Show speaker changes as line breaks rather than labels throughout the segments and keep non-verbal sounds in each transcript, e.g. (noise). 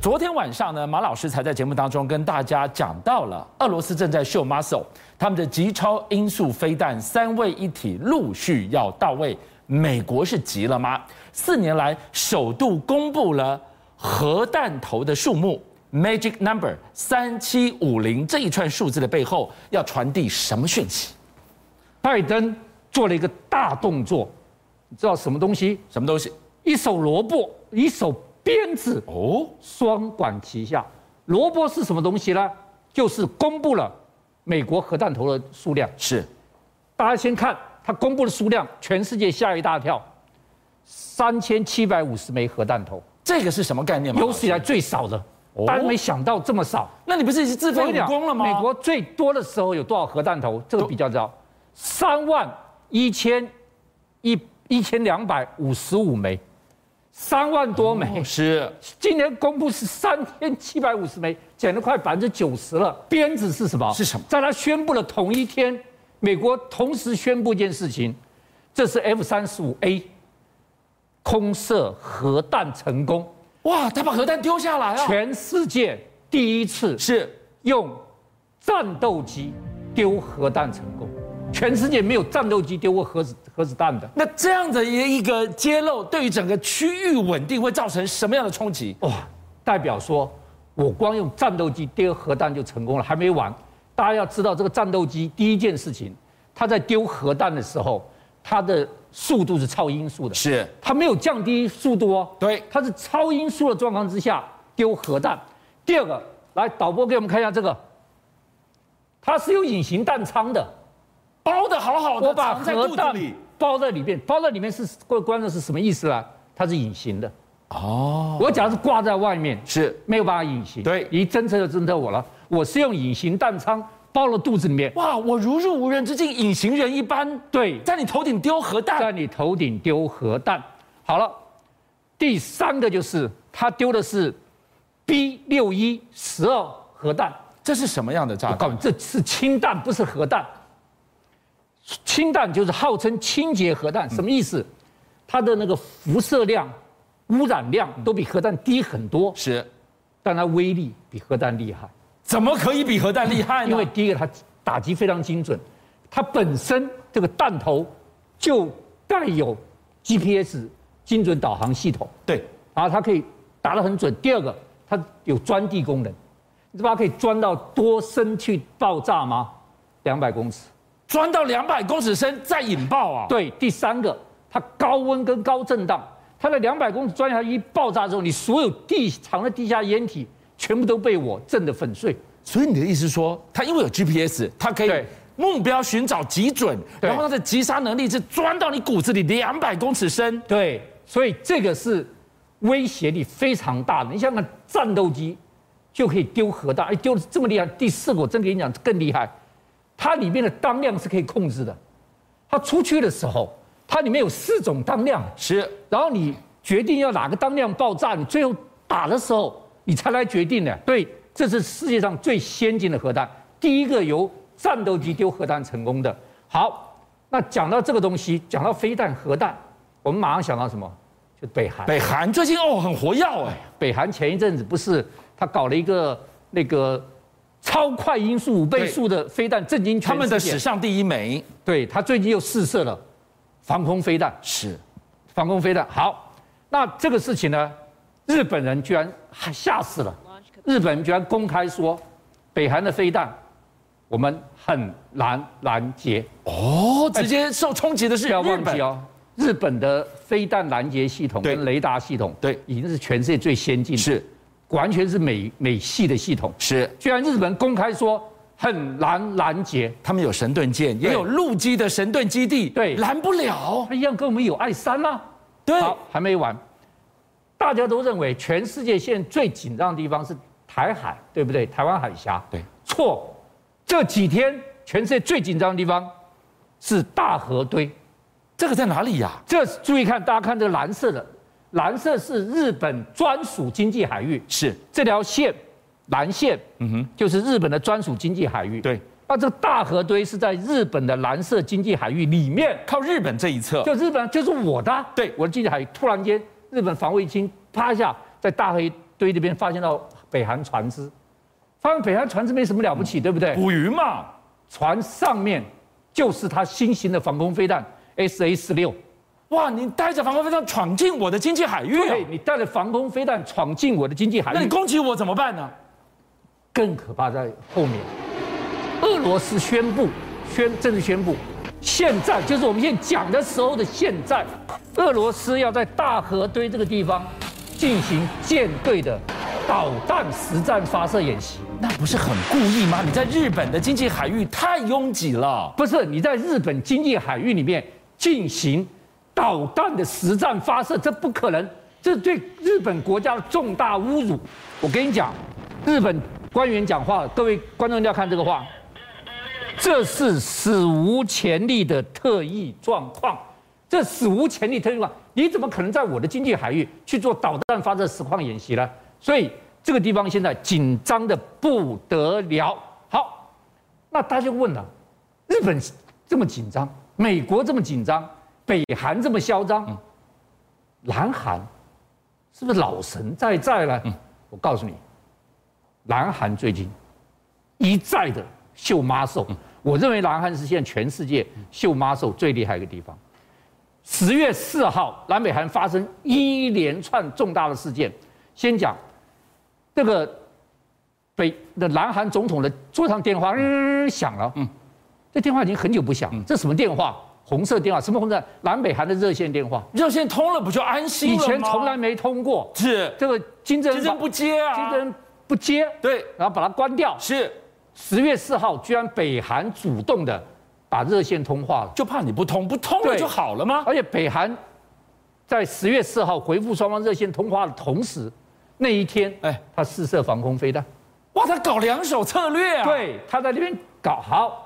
昨天晚上呢，马老师才在节目当中跟大家讲到了，俄罗斯正在秀 muscle，他们的极超音速飞弹三位一体陆续要到位。美国是急了吗？四年来首度公布了核弹头的数目 （magic number 三七五零）这一串数字的背后，要传递什么讯息？
拜登做了一个大动作，你知道什么东西？
什么东西？
一手萝卜，一手鞭子，
哦，
双管齐下。萝卜是什么东西呢？就是公布了美国核弹头的数量。
是
大家先看它公布的数量，全世界吓一大跳，三千七百五十枚核弹头，
这个是什么概念吗？
有史以来最少的。
哦
大家没想到这么少。
那你不是已经自
我
废
跟
武
你讲
功了吗？
美国最多的时候有多少核弹头？这个比较知道，三万一千一一千两百五十五枚，三万多枚。
哦是
今年公布是三千七百五十枚，减了快百分之九十了。鞭子是什么？
是什么
在他宣布的同一天，美国同时宣布一件事情，这是 F 三十五 A 空射核弹成功，
哇，他把核弹丢下来了，
全世界第一次
是
用战斗机丢核弹成功，全世界没有战斗机丢过核子核子弹的。
那这样的一个揭露，对于整个区域稳定会造成什么样的冲击？
哇，代表说我光用战斗机丢核弹就成功了，还没完。大家要知道，这个战斗机第一件事情，它在丢核弹的时候，它的速度是超音速的，
是
它没有降低速度哦，
对
它是超音速的状况之下丢核弹。第二个，来导播给我们看一下这个，它是有隐形弹仓的，
包的好好的，
我把
哦藏在
核
肚子
弹
里。
包在里面，包在里面是各位观众是什么意思啊？它是隐形的，
哦，
我假如是挂在外面，
是
没有办法隐形。
对
你侦测就侦测我了，我是用隐形弹仓包了肚子里面，
哇，我如入无人之境，隐形人一般，
对，
在你头顶丢核
在
弹，
你头顶丢核弹。好了，第三个就是他丢的是 B 六一十二核弹，
这是什么样的炸
我告
弹？
诉你，这是氢弹，不是核弹。氢弹就是号称清洁核弹，什么意思？它的那个辐射量、污染量都比核弹低很多，
是，
但它威力比核弹厉害。
怎么可以比核弹厉害呢？
因为第一个它打击非常精准，它本身这个弹头就带有 GPS 精准导航系统，
对，
然后它可以打得很准。第二个，它有钻地功能，你知道它可以钻到多深去爆炸吗？两百公尺。
钻到两百公尺深再引爆啊！
对，第三个，它高温跟高震荡，它的两百公尺钻下去一爆炸之后，你所有地藏的地下烟体全部都被我震得粉碎。
所以你的意思是说，它因为有 GPS，它可以
对
目标寻找极准，
对
然后它的击杀能力是钻到你骨子里两百公尺深。
对，所以这个是威胁力非常大的。你想想，战斗机就可以丢核弹，哎，丢的这么厉害。第四个，我真跟你讲更厉害，它里面的当量是可以控制的。它出去的时候，它里面有四种当量，
是，
然后你决定要哪个当量爆炸，你最后打的时候你才来决定的。对，这是世界上最先进的核弹，第一个由战斗机丢核弹成功的。好，那讲到这个东西，讲到飞弹、核弹，我们马上想到什么？就北韩。
北韩最近哦很活跃哎，
北韩前一阵子不是他搞了一个那个超快音速五倍速的飞弹震惊全
他
世界
们的史上第一枚
对他最近又试射了防空飞弹。
是
防空飞弹。好，那这个事情呢，日本人居然还吓死了，日本人居然公开说，北韩的飞弹我们很难拦截，
哦，直接受冲击的是
不
日
要忘记
本，
哦。日本的飞弹拦截系统
对
跟雷达系统，
对
已经是全世界最先进的，
是
完全是美美系的系统。
是，
居然日本公开说很难拦截，
他们有神盾舰，也
对
有陆基的神盾基地，
对
拦不了，
它一样跟我们有爱三啊啦、
对，
好，还没完。大家都认为全世界现在最紧张的地方是台海，对不对？台湾海峡。
对，
错。这几天全世界最紧张的地方是大河堆。
这个在哪里呀？
这是注意看，大家看这个蓝色的，蓝色是日本专属经济海域，
是，
这条线，蓝线，嗯哼，就是日本的专属经济海域。。
对，
那这个大河堆是在日本的蓝色经济海域里面。
靠日本这一侧，
就日本就是我的啊，
对
我的经济海域突然间日本防卫军啪一下在大黑堆那边发现到北韩船只，发现北韩船只没什么了不
嗯
起，对不对？
捕鱼嘛，
船上面就是它新型的防空飞弹 S A 十六。
哇，你带着防空飞弹闯进我的经济海域啊，
哎对你带着防空飞弹闯进我的经济海
那你
域，
攻击我怎么办呢？
更可怕在后面。俄罗斯宣布，宣正式宣布，现在就是我们现在讲的时候的现在，俄罗斯要在大河堆这个地方进行舰队的导弹实战发射演习。
那不是很故意吗？你在日本的经济海域太拥挤了，
不是你在日本经济海域里面进行导弹的实战发射，这不可能，这对日本国家的重大侮辱。我跟你讲，日本官员讲话，各位观众一定要看这个话，这是史无前例的特异状况，这史无前例特异状况，你怎么可能在我的经济海域去做导弹发射实况演习呢？所以这个地方现在紧张的不得了。好，那大家就问了。日本这么紧张，美国这么紧张，北韩这么嚣张，南韩是不是老神在在了？我告诉你，南韩最近一再的秀 muscle，我认为南韩是现在全世界秀 muscle 最厉害的地方。十月四号，南北韩发生一连串重大的事件，先讲那个北那南韩总统的桌上电话、嗯、响了，这电话已经很久不响，
嗯
这什么电话？红色电话，什么红色？南北韩的热线电话，
热线通了不就安心了
以
吗？
前从来没通过。
是
这个金正
金
恩
正不接啊，
金正恩不接，
对
然后把它关掉。
是
十月四号，居然北韩主动的把热线通话了，
就怕你不通，不通了
对
就好了吗？
而且北韩在十月四号回复双方热线通话的同时，那一天，
哎
哎，他试射防空飞弹。
哇，他搞两手策略啊！
对，他在那边搞好。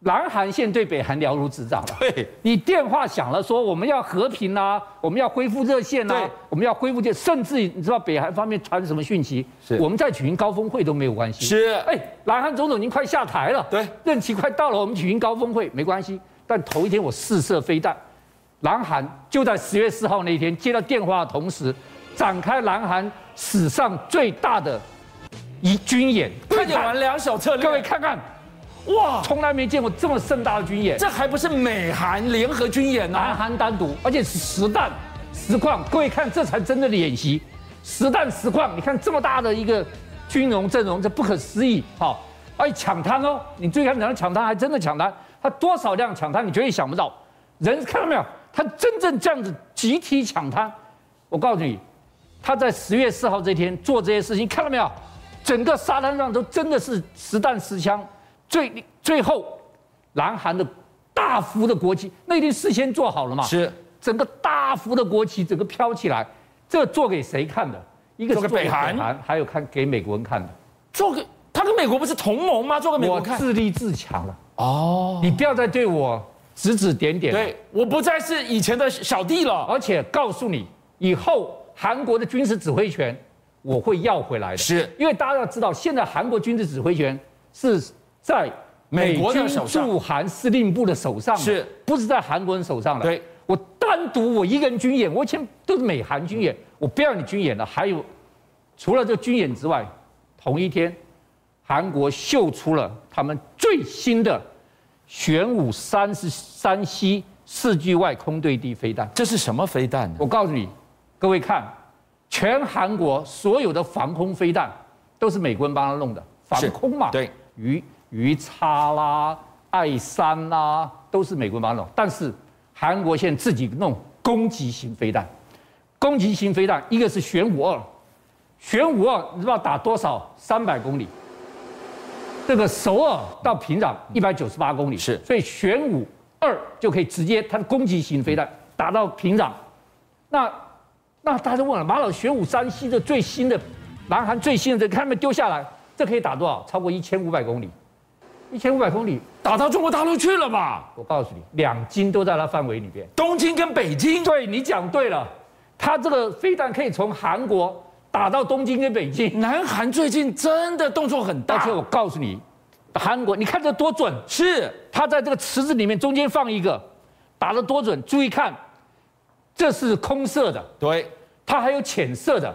南韩现在对北韩了如指掌了。
对，
你电话响了，说我们要和平啊，我们要恢复热线
对
啊，我们要恢复这，甚至你知道北韩方面传什么讯息？
是
我们再举行高峰会都没有关系。
是
哎，南韩总统已经快下台了，
对
任期快到了，我们举行高峰会没关系。但头一天我试射飞弹，南韩就在十月四号那一天接到电话的同时，展开南韩史上最大的一军演，
快点玩两手策略，
各位看看，
哇，
从来没见过这么盛大的军演，
这还不是美韩联合军演
南
啊？
韩单独，而且是实弹实况。各位看，这才真正的演习，实弹实况。你看这么大的一个军容阵容，这不可思议。好，哎，抢滩哦，你注意看，两个抢滩还真的抢滩，他多少辆抢滩，你绝对想不到。人看到没有？他真正这样子集体抢滩，我告诉你，他在十月四号这天做这些事情，看到没有？整个沙滩上都真的是实弹实枪。最最后，南韩的大幅的国旗，那一定事先做好了嘛？
是
整个大幅的国旗整个飘起来，这做给谁看的？一个是
做给北韩
还有看给美国人看的。
做个他跟美国不是同盟吗？做个美国
我
看
自立自强了，
哦，
你不要再对我指指点点了。
对我不再是以前的小弟了，
而且告诉你，以后韩国的军事指挥权我会要回来的。
是
因为大家要知道，现在韩国军事指挥权是在
美国的
军
手上
驻韩司令部的手上的，
是
不是在韩国人手上的？
对，
我单独我一个人军演，我以前都是美韩军演，我不要你军演了。还有，除了这军演之外，同一天，韩国秀出了他们最新的玄武三十三 C 四 G 外空对地飞弹。
这是什么飞弹呢？
我告诉你，各位看，全韩国所有的防空飞弹都是美国人帮他弄的，防空嘛，
是对，
鱼鱼叉啦、爱山啦，都是美国人帮他弄。但是韩国现在自己弄攻击型飞弹，攻击型飞弹一个是玄武二，玄武二你知道打多少？三百公里。这个首尔到平壤一百九十八公里，
是
所以玄武二就可以直接它的攻击型飞弹打到平壤，那那大家问了，马老玄武山西的最新的南韩最新的这个，看他们丢下来，这可以打多少？超过一千五百公里，一千五百公里，
打到中国大陆去了吧？
我告诉你，两斤都在它范围里边。
东京跟北京，
对你讲对了，它这个飞弹可以从韩国打到东京跟北京，
南韩最近真的动作很
而
大
且，我告诉你，韩国你看这多准，
是
它在这个池子里面中间放一个，打得多准，注意看，这是空射的。
对，
它还有浅色的，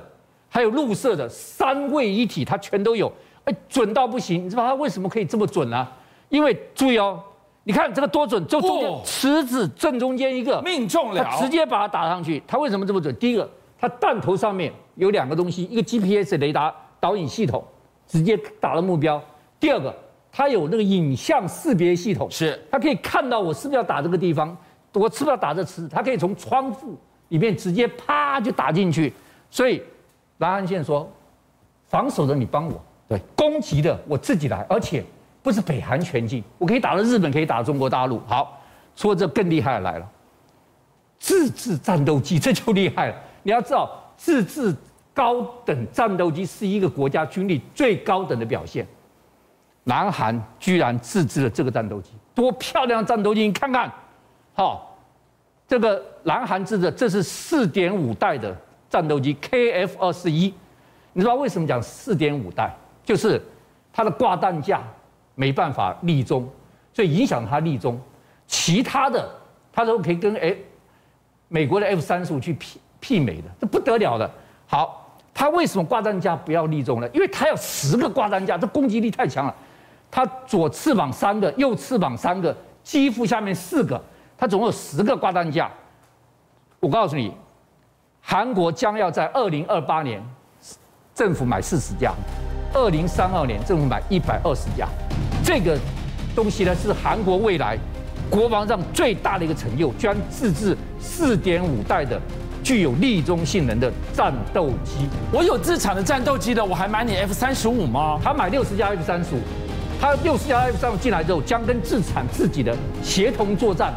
还有陆射的三位一体，它全都有，哎，准到不行。你知道它为什么可以这么准呢、啊？因为注意哦，你看这个多准，就中间
哦
池子正中间一个，
命中了
他直接把它打上去。他为什么这么准？第一个，他弹头上面有两个东西，一个 GPS 雷达导引系统，直接打了目标；第二个，它有那个影像识别系统，
是
它可以看到我是不是要打这个地方，我是不是要打这池，它可以从窗户里面直接啪就打进去。所以，蓝安县说，防守的你帮我，
对，
攻击的我自己来，而且不是北韩全境，我可以打到日本，可以打到中国大陆。好，说这更厉害的来了，自制战斗机，这 (laughs) 就厉害了。你要知道，自制高等战斗机是一个国家军力最高等的表现。南韩居然自制了这个战斗机，多漂亮的战斗机！你看看，好、这个南韩制的，这是四点五代的战斗机 KF 二四一，你知道为什么讲四点五代？就是它的挂弹架没办法立中，所以影响它立中。其他的它都可以跟 F 美国的 F 三十五去媲媲美的，这不得了的。好，它为什么挂弹架不要立中呢？因为它要十个挂弹架，这攻击力太强了。它左翅膀三个，右翅膀三个，肌腹下面四个，它总共有十个挂弹架。我告诉你，韩国将要在二零二八年政府买四十架，二零三二年政府买一百二十架，这个东西呢是韩国未来国防上最大的一个成就，居然自制四点五代的具有立中性能的战斗机。
我有自产的战斗机的，我还买你 F 三十五吗？
他买六十架 F 三十五，他六十架 F 三十五进来之后，将跟自产自己的协同作战，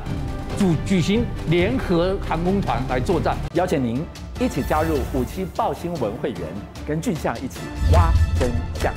组举行联合航空团来作战。
邀请您一起加入五七报新闻会员，跟俊相一起挖真相。